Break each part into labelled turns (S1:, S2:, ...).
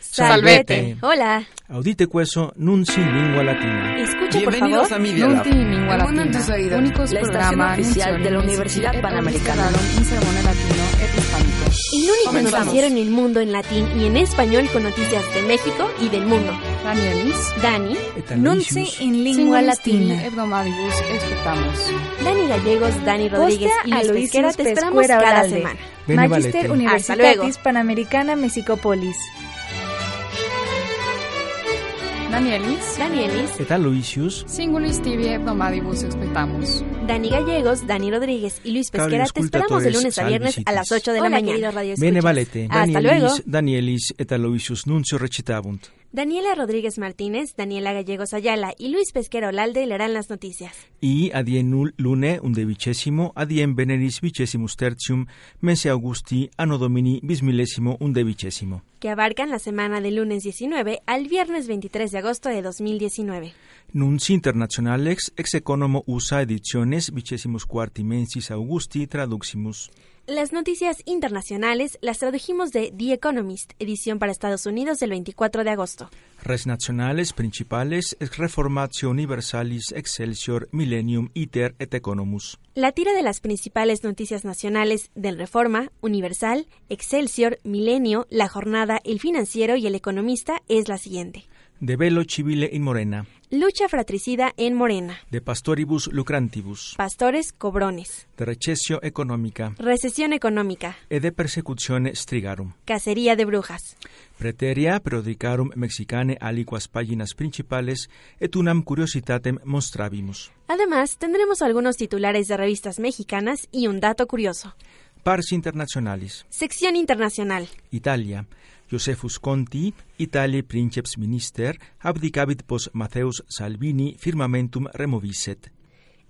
S1: Salvete.
S2: Hola.
S3: Audite queso nunci in lingua latina.
S2: Escucha, por
S4: Bienvenidos
S2: favor.
S4: a Media Lab.
S5: Nunti y Lingua
S4: El mundo en
S5: Latina,
S4: tus oídos.
S5: únicos
S1: La estación
S5: programa
S1: oficial de la Universidad Panamericana.
S5: Un sermón latino et hispánico.
S2: El único
S4: Comenzamos.
S2: noticiero en el mundo en latín y en español con noticias de México y del mundo.
S5: Danielis.
S2: Dani.
S3: Et
S6: Nunci
S3: alicius
S6: in lingua
S5: latina.
S6: latina.
S5: Hebdomadibus expectamos.
S2: Dani Gallegos, Dani Rodríguez
S6: Posta
S2: y Luis
S6: Aloysius
S2: Pesquera te esperamos
S6: Pescuera
S2: cada
S6: Oralde.
S2: semana.
S3: Bene
S6: Magister
S3: valete.
S2: luego.
S6: Universitatis Panamericana Mexicopolis.
S5: Danielis.
S2: Danielis,
S3: Et alicius
S5: Singulis tibi hebdomadibus expectamos.
S2: Dani Gallegos, Dani Rodríguez y Luis Pesquera
S3: Cables
S2: te esperamos de
S3: cultatores,
S2: lunes a viernes a las
S3: salvicitis.
S2: 8 de la
S6: Hola,
S2: mañana.
S6: queridos radioescuchas.
S3: Bene valete.
S2: Hasta luego.
S3: Danielis, Danielis et alicius nuncio recitabunt.
S2: Daniela Rodríguez Martínez, Daniela Gallegos Ayala y Luis Pesquera Olalde leerán las noticias.
S3: Y adien nul- lune undevicesimo, adien veneris vicesimus tertium, mense Augusti, anno domini bismillesimo undevicesimo.
S2: que abarcan la semana del lunes 19 al viernes 23 de agosto de 2019.
S3: Nunci internationalex ex economo USA ediciones vicesimus quarti mensis Augusti traduximus.
S2: Las noticias internacionales las tradujimos de The Economist, edición para Estados Unidos del 24 de agosto.
S3: Res nationales principales ex reformatio universalis excelsior millennium iter et economus.
S2: La tira de las principales noticias nacionales del Reforma, Universal, Excelsior, Milenio, La Jornada, El Financiero y El Economista es la siguiente.
S3: De velo civile in morena,
S2: Lucha fratricida en Morena.
S3: de pastoribus lucrantibus,
S2: Pastores cobrones.
S3: de recessio economica,
S2: Recesión económica.
S3: e de persecutione strigarum.
S2: Cacería de brujas.
S3: Preteria periodicarum mexicane aliquas páginas principales et unam curiositatem mostrabimus.
S2: Además, tendremos algunos titulares de revistas mexicanas y un dato curioso.
S3: Pars internationalis.
S2: Sección internacional.
S3: Italia. Josephus Conti, Italiae princeps minister, abdicabit pos Matheus Salvini firmamentum removisset.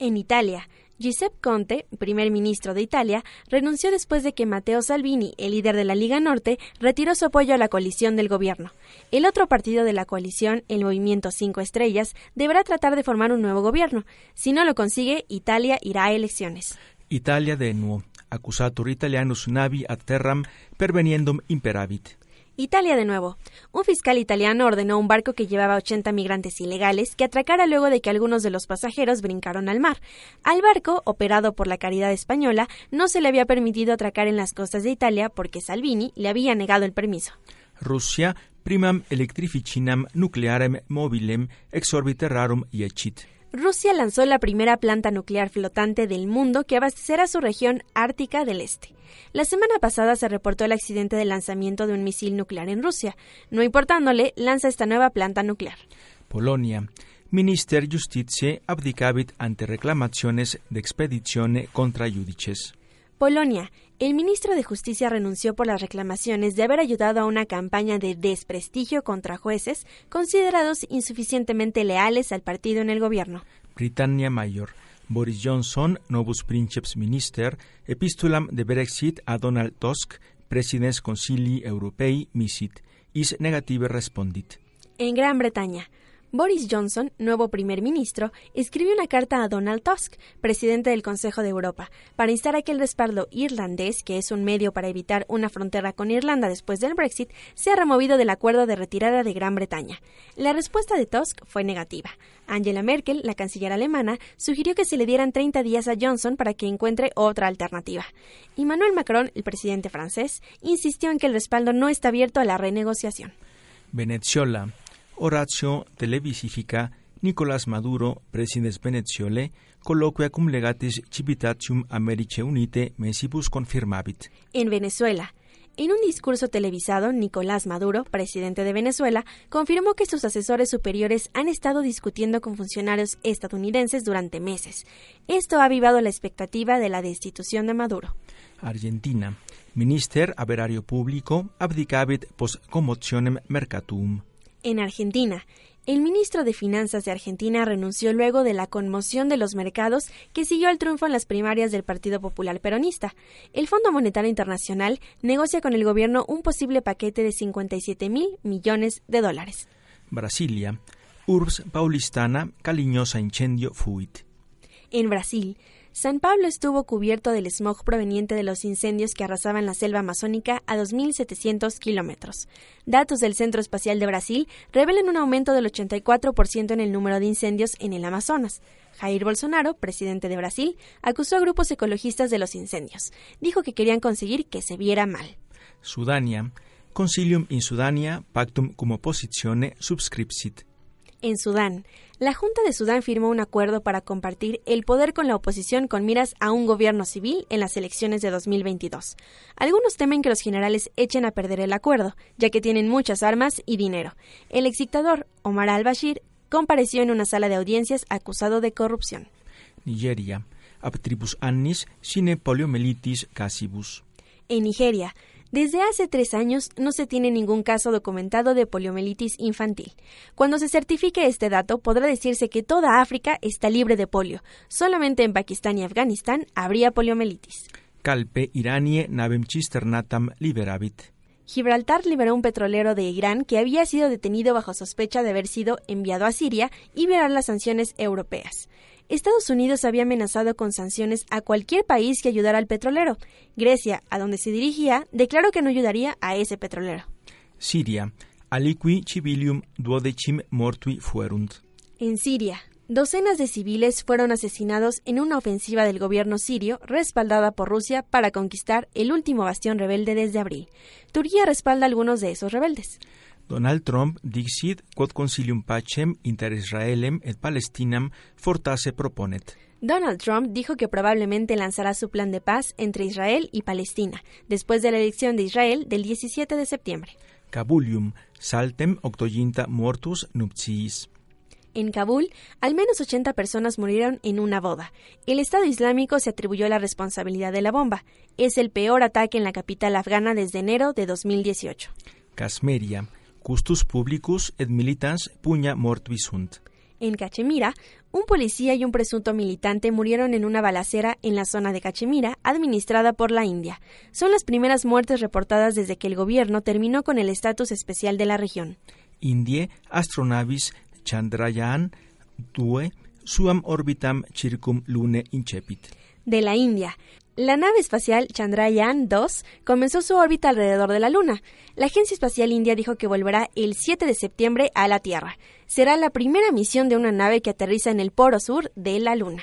S2: En Italia, Giuseppe Conte, primer ministro de Italia, renunció después de que Matteo Salvini, el líder de la Liga Norte, retiró su apoyo a la coalición del gobierno. El otro partido de la coalición, el Movimiento Cinco Estrellas, deberá tratar de formar un nuevo gobierno. Si no lo consigue, Italia irá a elecciones.
S3: Italia de nuevo. Accusatur italianus navi ad terram perveniendum imperavit.
S2: Italia de nuevo. Un fiscal italiano ordenó un barco que llevaba 80 migrantes ilegales que atracara luego de que algunos de los pasajeros brincaron al mar. Al barco, operado por la Caridad Española, no se le había permitido atracar en las costas de Italia porque Salvini le había negado el permiso.
S3: Russia primam electrificinam nuclearem mobilem ex orbite rarum iecit.
S2: Rusia lanzó la primera planta nuclear flotante del mundo que abastecerá su región ártica del este. La semana pasada se reportó el accidente de lanzamiento de un misil nuclear en Rusia. No importándole, lanza esta nueva planta nuclear.
S3: Polonia. Minister Justitiae abdicabit ante reclamaciones de expeditione contra judices.
S2: Polonia. El ministro de Justicia renunció por las reclamaciones de haber ayudado a una campaña de desprestigio contra jueces considerados insuficientemente leales al partido en el gobierno.
S3: Britannia Major. Boris Johnson, novus princeps minister, epistulam de Brexit a Donald Tusk, presidens concilii europei misit, is negative respondit.
S2: En Gran Bretaña, Boris Johnson, nuevo primer ministro, escribió una carta a Donald Tusk, presidente del Consejo de Europa, para instar a que el respaldo irlandés, que es un medio para evitar una frontera con Irlanda después del Brexit, sea removido del acuerdo de retirada de Gran Bretaña. La respuesta de Tusk fue negativa. Angela Merkel, la canciller alemana, sugirió que se le dieran 30 días a Johnson para que encuentre otra alternativa. Y Manuel Macron, el presidente francés, insistió en que el respaldo no está abierto a la renegociación.
S3: Venezuela. Horatio televisifica Nicolás Maduro, presidens Veneziole, colloquia cum legatis civitatium Americe unite messibus confirmabit.
S2: En Venezuela. En un discurso televisado, Nicolás Maduro, presidente de Venezuela, confirmó que sus asesores superiores han estado discutiendo con funcionarios estadounidenses durante meses. Esto ha avivado la expectativa de la destitución de Maduro.
S3: Argentina. Minister averario publico abdicabit pos commotionem mercatum.
S2: En Argentina, el ministro de Finanzas de Argentina renunció luego de la conmoción de los mercados que siguió al triunfo en las primarias del Partido Popular Peronista. El Fondo Monetario Internacional negocia con el gobierno un posible paquete de 57 mil millones de dólares.
S3: Brasilia. Urbs paulistana caliñosa incendio fuit.
S2: En Brasil, San Pablo estuvo cubierto del smog proveniente de los incendios que arrasaban la selva amazónica a 2.700 kilómetros. Datos del Centro Espacial de Brasil revelan un aumento del 84% en el número de incendios en el Amazonas. Jair Bolsonaro, presidente de Brasil, acusó a grupos ecologistas de los incendios. Dijo que querían conseguir que se viera mal.
S3: Sudania, Concilium in Sudania, Pactum cum oppositione subscripsit.
S2: En Sudán, la Junta de Sudán firmó un acuerdo para compartir el poder con la oposición con miras a un gobierno civil en las elecciones de 2022. Algunos temen que los generales echen a perder el acuerdo, ya que tienen muchas armas y dinero. El ex dictador Omar al-Bashir compareció en una sala de audiencias acusado de corrupción.
S3: Nigeria, Aptribus annis sine poliomelitis casibus.
S2: En Nigeria, desde hace tres años no se tiene ningún caso documentado de poliomielitis infantil. Cuando se certifique este dato, podrá decirse que toda África está libre de polio. Solamente en Pakistán y Afganistán habría poliomielitis.
S3: Calpe iranie navem cisternatam liberavit.
S2: Gibraltar liberó un petrolero de Irán que había sido detenido bajo sospecha de haber sido enviado a Siria y violar las sanciones europeas. Estados Unidos había amenazado con sanciones a cualquier país que ayudara al petrolero. Grecia, a donde se dirigía, declaró que no ayudaría a ese petrolero.
S3: Siria, aliqui civilium duodecim mortui fuerunt.
S2: En Siria, docenas de civiles fueron asesinados en una ofensiva del gobierno sirio respaldada por Rusia para conquistar el último bastión rebelde desde abril. Turquía respalda a algunos de esos rebeldes.
S3: Donald Trump dixit quod concilium pacem inter Israelem et Palestinam fortasse proponet.
S2: Donald Trump dijo que probablemente lanzará su plan de paz entre Israel y Palestina después de la elección de Israel del 17 de septiembre.
S3: Cabulium saltem octoginta mortus nuptiis.
S2: En Kabul, al menos 80 personas murieron en una boda. El Estado Islámico se atribuyó la responsabilidad de la bomba. Es el peor ataque en la capital afgana desde enero de 2018.
S3: Casmeria, custus publicus et militans puña mortui sunt.
S2: En Cachemira, un policía y un presunto militante murieron en una balacera en la zona de Cachemira, administrada por la India. Son las primeras muertes reportadas desde que el gobierno terminó con el estatus especial de la región.
S3: Indie astronavis Chandrayaan 2 suam orbitam circum lune incepit.
S2: De la India, la nave espacial Chandrayaan 2 comenzó su órbita alrededor de la Luna. La Agencia Espacial India dijo que volverá el 7 de septiembre a la Tierra. Será la primera misión de una nave que aterriza en el poro sur de la Luna.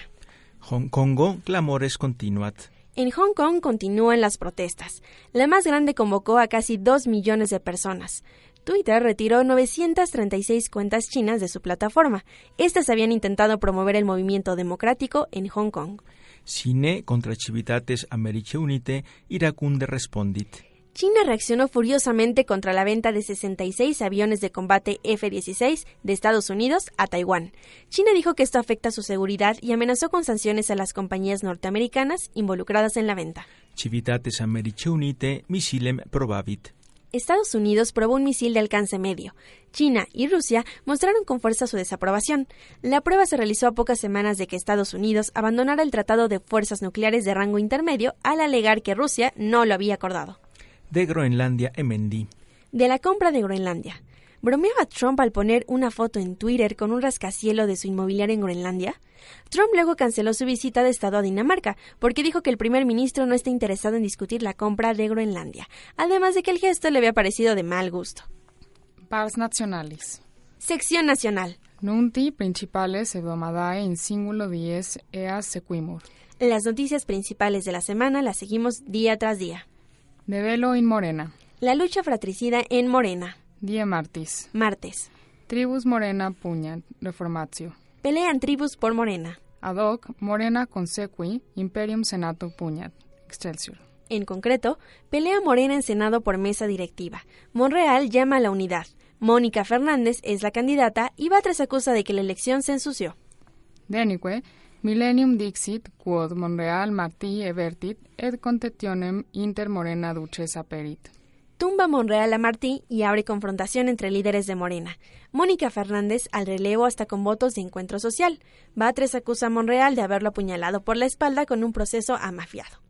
S3: Hong Kongo clamores continuat.
S2: En Hong Kong continúan las protestas. La más grande convocó a casi 2 millones de personas. Twitter retiró 936 cuentas chinas de su plataforma. Estas habían intentado promover el movimiento democrático en Hong Kong.
S3: Sine contra civitates Americe unite iracunde respondit.
S2: China reaccionó furiosamente contra la venta de 66 aviones de combate F-16 de Estados Unidos a Taiwán. China dijo que esto afecta su seguridad y amenazó con sanciones a las compañías norteamericanas involucradas en la venta.
S3: Civitates Americe unite misilem probavit.
S2: Estados Unidos probó un misil de alcance medio. China y Rusia mostraron con fuerza su desaprobación. La prueba se realizó a pocas semanas de que Estados Unidos abandonara el Tratado de Fuerzas Nucleares de Rango Intermedio al alegar que Rusia no lo había acordado.
S3: De Groenlandia emendi.
S2: De la compra de Groenlandia. ¿Bromeaba Trump al poner una foto en Twitter con un rascacielo de su inmobiliario en Groenlandia? Trump luego canceló su visita de Estado a Dinamarca porque dijo que el primer ministro no está interesado en discutir la compra de Groenlandia, además de que el gesto le había parecido de mal gusto.
S5: Pars nacionales.
S2: Sección Nacional.
S5: Nunti principales hebdomadae in singulo 10 eas sequimur.
S2: Las noticias principales de la semana las seguimos día tras día.
S5: De velo in morena.
S2: La lucha fratricida en Morena.
S5: Die martis.
S2: Martes.
S5: Tribus morena puñan reformatio.
S2: Pelean tribus por Morena.
S5: Ad hoc morena consequi imperium senato puñat. Excelsior.
S2: En concreto, pelea Morena en Senado por mesa directiva. Monreal llama a la unidad. Mónica Fernández es la candidata y Batres acusa de que la elección se ensució.
S5: Denique millennium dixit quod Monreal Martí evertit et contetionem inter morena duces aperit.
S2: Tumba Monreal a Martí y abre confrontación entre líderes de Morena. Mónica Fernández al relevo hasta con votos de encuentro social. Batres acusa a Monreal de haberlo apuñalado por la espalda con un proceso amafiado.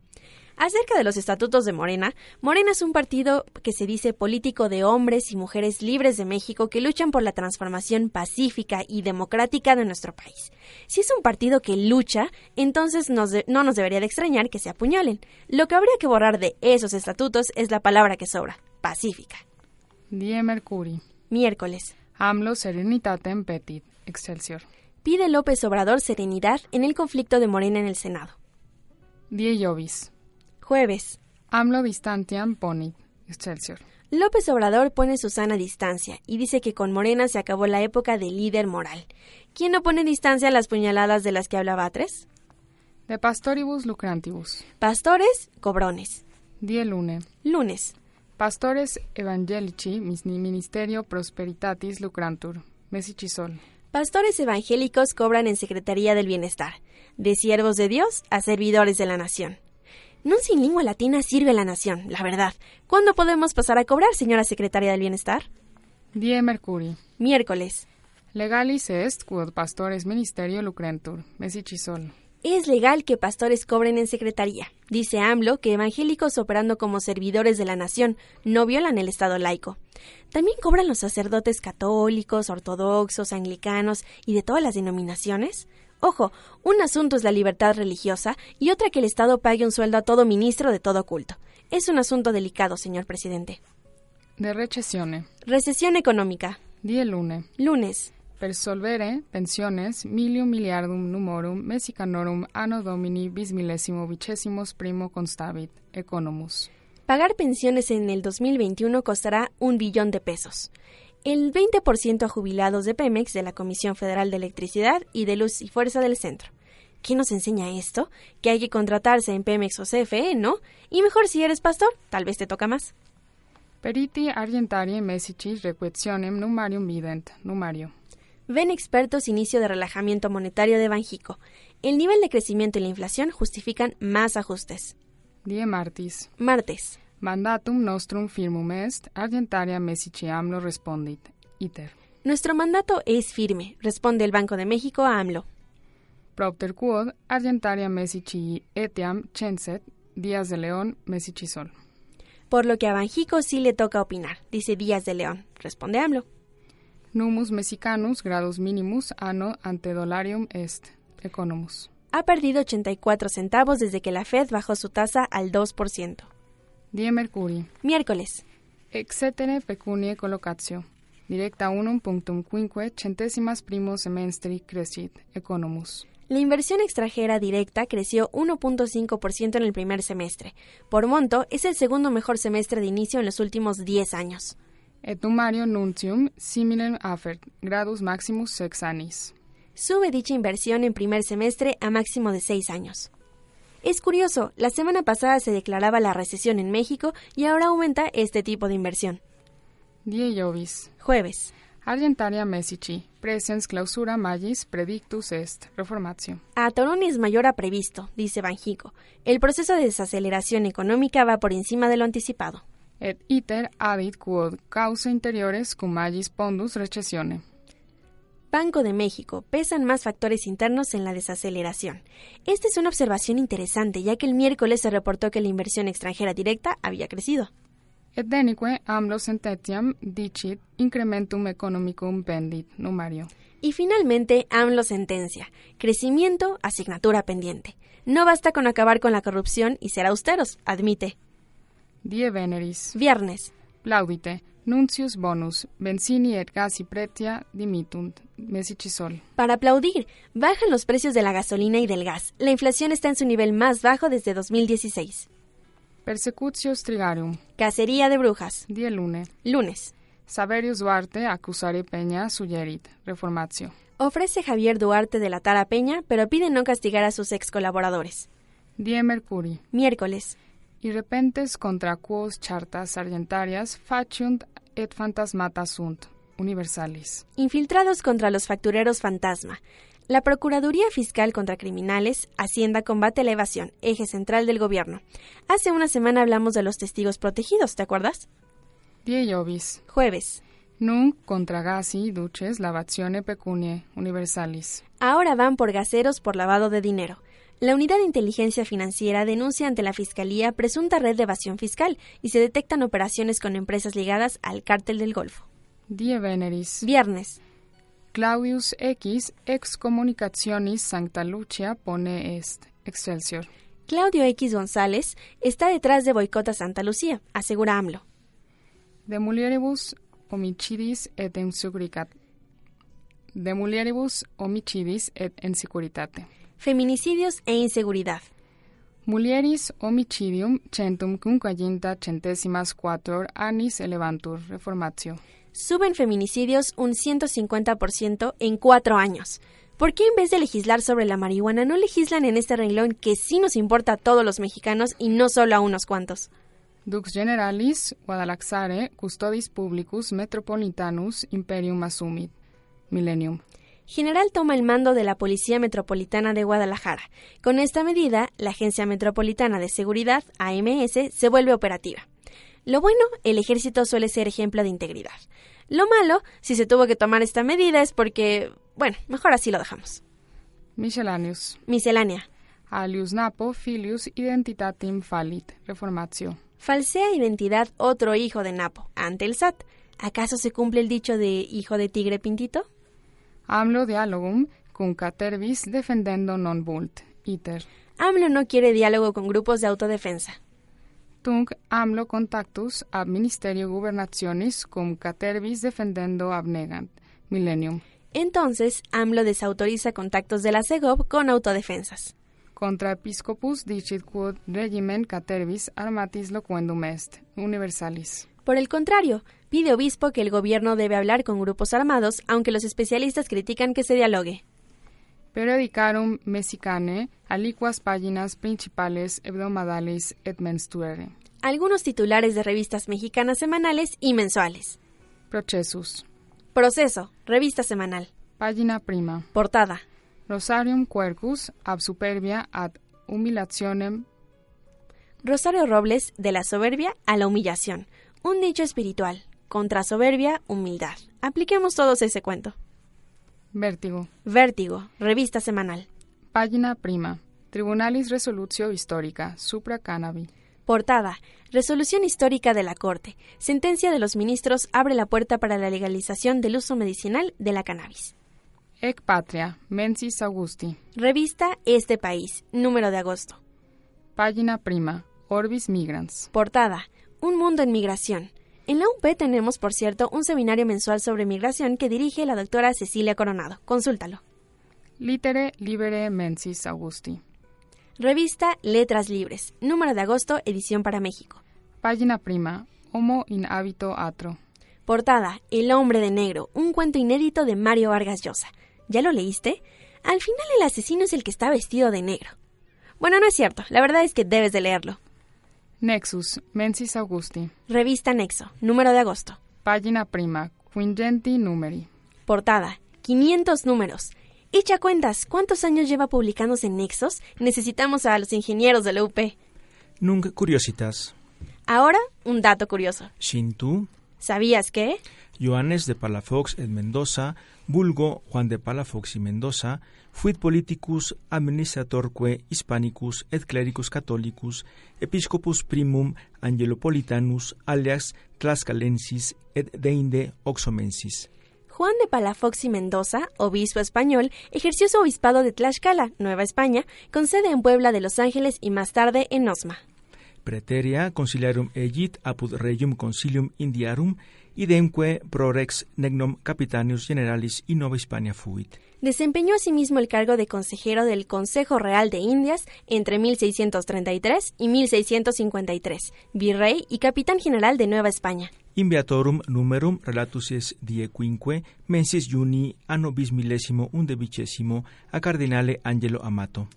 S2: Acerca de los estatutos de Morena, Morena es un partido que se dice político de hombres y mujeres libres de México que luchan por la transformación pacífica y democrática de nuestro país. Si es un partido que lucha, entonces nos de- no nos debería de extrañar que se apuñalen. Lo que habría que borrar de esos estatutos es la palabra que sobra, pacífica.
S5: Die Mercuri.
S2: Miércoles.
S5: AMLO Serenitatem Petit. Excelsior.
S2: Pide López Obrador serenidad en el conflicto de Morena en el Senado.
S5: Die Jovis.
S2: Jueves.
S5: AMLO Distantiam Ponit. Excelsior.
S2: López Obrador pone su sana distancia y dice que con Morena se acabó la época del líder moral. ¿Quién no pone distancia a las puñaladas de las que habla Batres?
S5: De Pastoribus Lucrantibus.
S2: Pastores, cobrones.
S5: Die Lune.
S2: Lunes.
S5: Pastores Evangelici mis- Ministerio Prosperitatis Lucrantur. Mesicisol.
S2: Pastores evangélicos cobran en Secretaría del Bienestar, de siervos de Dios a servidores de la nación. No sin lengua latina sirve la nación, la verdad. ¿Cuándo podemos pasar a cobrar, señora Secretaria del Bienestar?
S5: Die Mercuri.
S2: Miércoles.
S5: Legalis est quod pastores ministerio lucrentur. Mesicisol.
S2: Es legal que pastores cobren en secretaría. Dice AMLO que evangélicos operando como servidores de la nación no violan el Estado laico. ¿También cobran los sacerdotes católicos, ortodoxos, anglicanos y de todas las denominaciones? Ojo, un asunto es la libertad religiosa y otra que el Estado pague un sueldo a todo ministro de todo culto. Es un asunto delicado, señor presidente.
S5: De Recessione.
S2: Recesión económica.
S5: Die Lune.
S2: Lunes.
S5: Per solvere pensiones milium miliardum numorum mexicanorum anno domini bis millesimo vicesimos primo constabit. Economus.
S2: Pagar pensiones en el 2021 costará un billón de pesos. El 20% a jubilados de Pemex, de la Comisión Federal de Electricidad y de Luz y Fuerza del Centro. ¿Qué nos enseña esto? Que hay que contratarse en Pemex o CFE, ¿no? Y mejor si eres pastor, tal vez te toca más.
S5: Periti argentarie messicis requetionem numarium vident. Numario.
S2: Ven expertos inicio de relajamiento monetario de Banjico. El nivel de crecimiento y la inflación justifican más ajustes.
S5: Die Martis.
S2: Martes.
S5: Mandatum nostrum firmum est, argentaria messici amlo respondit. Iter.
S2: Nuestro mandato es firme, responde el Banco de México a AMLO.
S5: Propter quod, argentaria messici etiam censet, Díaz de León, messici sol.
S2: Por lo que a Banjico sí le toca opinar, dice Díaz de León. Responde AMLO.
S5: Numus mexicanus grados minimus anno ante dolarium est, economus.
S2: Ha perdido 84 centavos desde que la Fed bajó su tasa al 2%.
S5: Die Mercuri,
S2: Miércoles.
S5: exetere pecunie collocatio, directa unum punctum quinque centesimas primos semestri crescit, economus.
S2: La inversión extranjera directa creció 1.5% en el primer semestre. Por monto, es el segundo mejor semestre de inicio en los últimos 10 años.
S5: Et numario nuntium similem affert, gradus maximus sex annis.
S2: Sube dicha inversión en primer semestre a máximo de 6 años. Es curioso, la semana pasada se declaraba la recesión en México y ahora aumenta este tipo de inversión.
S5: Die Jovis,
S2: Jueves.
S5: Argentaria Messici, presens clausura magis predictus est, reformatio.
S2: A Torón es mayor a previsto, dice Banjico. El proceso de desaceleración económica va por encima de lo anticipado.
S5: Et iter adit quod causa interiores cum magis pondus recessione.
S2: Banco de México. Pesan más factores internos en la desaceleración. Esta es una observación interesante, ya que el miércoles se reportó que la inversión extranjera directa había crecido.
S5: Et denique amlo sentetiam dicit incrementum economicum pendit numario.
S2: Y finalmente, AMLO sentencia. Crecimiento, asignatura pendiente. No basta con acabar con la corrupción y ser austeros, admite.
S5: Die veneris,
S2: Viernes.
S5: plaudite, nuncius bonus, bensini et gasi pretia dimittunt, messici sol.
S2: Para aplaudir, bajan los precios de la gasolina y del gas. La inflación está en su nivel más bajo desde 2016.
S5: Persecutio strigarium,
S2: Cacería de brujas.
S5: die lune,
S2: Lunes.
S5: Saverius Duarte accusare Peña suggerit, reformatio.
S2: Ofrece Javier Duarte delatar a Peña, pero pide no castigar a sus ex colaboradores.
S5: Die mercuri,
S2: Miércoles.
S5: y repentes contra quos chartas argentarias faciunt et fantasmata sunt, universalis.
S2: Infiltrados contra los factureros fantasma. La Procuraduría Fiscal contra Criminales, Hacienda combate la evasión, eje central del gobierno. Hace una semana hablamos de los testigos protegidos, ¿te acuerdas?
S5: Die Jovis,
S2: Jueves.
S5: nunc contra gasi duces lavatione pecunie, universalis.
S2: Ahora van por gaseros por lavado de dinero. La Unidad de Inteligencia Financiera denuncia ante la Fiscalía presunta red de evasión fiscal y se detectan operaciones con empresas ligadas al Cártel del Golfo.
S5: Die Veneris.
S2: Viernes.
S5: Claudius X, ex comunicacionis Santa Lucia, pone est. Excelsior.
S2: Claudio X González está detrás de boicot a Santa Lucía, asegura AMLO.
S5: De mulieribus homicidis et insecuritat. De mulieribus homicidis et insecuritate.
S2: Feminicidios e inseguridad.
S5: Mulieris homicidium centum quinquaginta centesimas quattuor annis elevantur. Reformatio.
S2: Suben feminicidios un 150% en cuatro años. ¿Por qué en vez de legislar sobre la marihuana no legislan en este renglón que sí nos importa a todos los mexicanos y no solo a unos cuantos?
S5: Dux generalis Guadalaxare custodis publicus metropolitanus imperium assumit. Millennium.
S2: General toma el mando de la Policía Metropolitana de Guadalajara. Con esta medida, la Agencia Metropolitana de Seguridad, AMS, se vuelve operativa. Lo bueno, el ejército suele ser ejemplo de integridad. Lo malo, si se tuvo que tomar esta medida es porque, bueno, mejor así lo dejamos.
S5: Miscellaneus.
S2: Miscelánea.
S5: Alius Napo filius identitatim fallit. Reformatio.
S2: Falsea identidad otro hijo de Napo ante el SAT. ¿Acaso se cumple el dicho de hijo de tigre pintito?
S5: AMLO dialogum cum catervis defendendo non vult. Iter.
S2: AMLO no quiere diálogo con grupos de autodefensa.
S5: Tunc AMLO contactus ab ministerio gubernationis cum catervis defendendo abnegant. Millennium.
S2: Entonces, AMLO desautoriza contactos de la CEGOP con autodefensas.
S5: Contra episcopus dicit quod regimen catervis armatis loquendum est. Universalis.
S2: Por el contrario, pide obispo que el gobierno debe hablar con grupos armados, aunque los especialistas critican que se dialogue.
S5: Periodicarum mexicane aliquas páginas principales hebdomadales et menstruere.
S2: Algunos titulares de revistas mexicanas semanales y mensuales.
S5: Processus.
S2: Proceso, revista semanal.
S5: Página prima.
S2: Portada.
S5: Rosarium quercus ab superbia ad humiliationem
S2: Rosario Robles, de la soberbia a la humillación. Un dicho espiritual. Contra soberbia, humildad. Apliquemos todos ese cuento.
S5: vertigo.
S2: Vértigo, revista semanal.
S5: Página prima. Tribunalis resolutio historica supra cannabi.
S2: Portada. Resolución histórica de la Corte. Sentencia de los ministros abre la puerta para la legalización del uso medicinal de la cannabis.
S5: Ec patria mensis augusti.
S2: Revista Este País, número de agosto.
S5: Página prima. Orbis migrans.
S2: Portada. Un mundo en migración. En la UP tenemos, por cierto, un seminario mensual sobre migración que dirige la doctora Cecilia Coronado. Consúltalo.
S5: Litere libere mensis augusti.
S2: Revista Letras Libres, número de agosto, edición para México.
S5: Página prima. Homo in habito atro.
S2: Portada, El hombre de negro, un cuento inédito de Mario Vargas Llosa. ¿Ya lo leíste? Al final el asesino es el que está vestido de negro. Bueno, no es cierto, la verdad es que debes de leerlo.
S5: Nexus mensis augusti.
S2: Revista Nexo, número de agosto.
S5: Página prima. Quingenti numeri.
S2: Portada, 500 números. Echa cuentas, ¿cuántos años lleva publicándose en Nexos? Necesitamos a los ingenieros de la UP.
S3: Nunc curiositas.
S2: Ahora, un dato curioso.
S3: Shintu,
S2: ¿Sabías que?
S3: Joanes de Palafox en Mendoza, vulgo Juan de Palafox y Mendoza, fuit politicus administratorque hispanicus et clericus catholicus episcopus primum angelopolitanus alias tlascalensis et deinde oxomensis.
S2: Juan de Palafox y Mendoza, obispo español, ejerció su obispado de Tlaxcala, Nueva España, con sede en Puebla de Los Ángeles y más tarde en Osma.
S3: Preteria conciliarum egit apud regium concilium indiarum idemque prorex negnom capitanius generalis in nova Hispania fuit.
S2: Desempeñó asimismo el cargo de consejero del Consejo Real de Indias entre 1633 y 1653, virrey y capitán general de Nueva España.
S3: Inviatorum numerum relatus es die quinque mensis juni anno bismillesimo undebicesimo a cardinale Angelo Amato.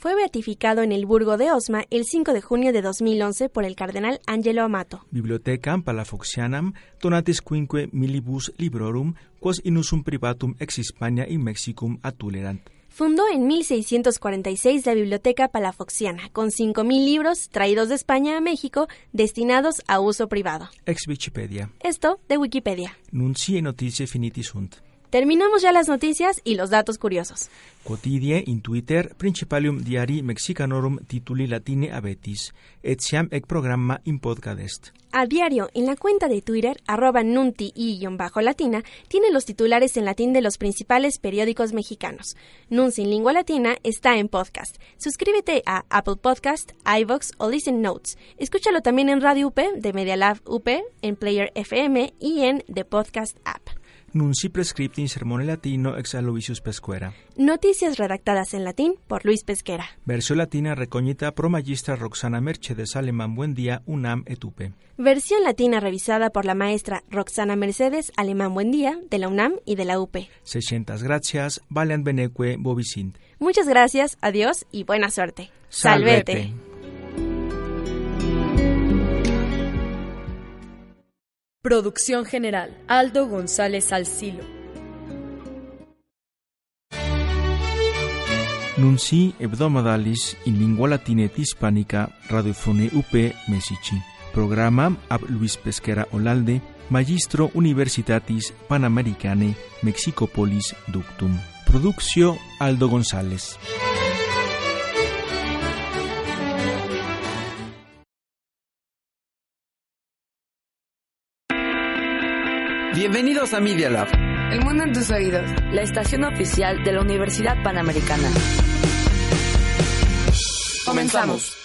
S2: Fue beatificado en el Burgo de Osma el 5 de junio de 2011 por el cardenal Angelo Amato.
S3: Bibliotecam Palafoxianam donatis quinque millibus librorum quos in usum privatum ex Hispania in Mexicum atulerant.
S2: Fundó en 1646 la Biblioteca Palafoxiana, con 5.000 libros traídos de España a México destinados a uso privado.
S3: Ex Wikipedia.
S2: Esto de Wikipedia.
S3: Nuncie notitie finiti sunt.
S2: Terminamos ya las noticias y los datos curiosos.
S3: Quotidie in Twitter principalium diari mexicanorum tituli latine abetis, etiam ec programma in podcast.
S2: A diario, en la cuenta de Twitter, arroba nunti y guión bajo latina, tiene los titulares en latín de los principales periódicos mexicanos. Nunci en lengua latina está en podcast. Suscríbete a Apple Podcast, iVox o Listen Notes. Escúchalo también en Radio UP, de Media Lab UP, en Player FM y en The Podcast App.
S3: Nunci prescripti in sermone latino ex Aloysius Pescuera.
S2: Noticias redactadas en latín por Luis Pesquera.
S3: Versión latina recógnita pro magistra Roxana Mercedes Alemán Buen día UNAM etupe.
S2: Versión latina revisada por la maestra Roxana Mercedes Alemán Buendía de la UNAM y de la UP.
S3: 600 gracias, valean beneque bobicint.
S2: Muchas gracias, adiós y buena suerte.
S3: Salvete.
S1: Producción general. Aldo González Salcilo.
S3: Nunci hebdomadalis in lingua latina et hispánica radiofone UP Mesici. Programa ab Luis Pesquera Olalde, Magistro Universitatis Panamericane Mexicopolis Ductum. Produccio Aldo González.
S4: Bienvenidos a Media Lab.
S5: El mundo en tus oídos.
S1: La estación oficial de la Universidad Panamericana.
S5: Comenzamos.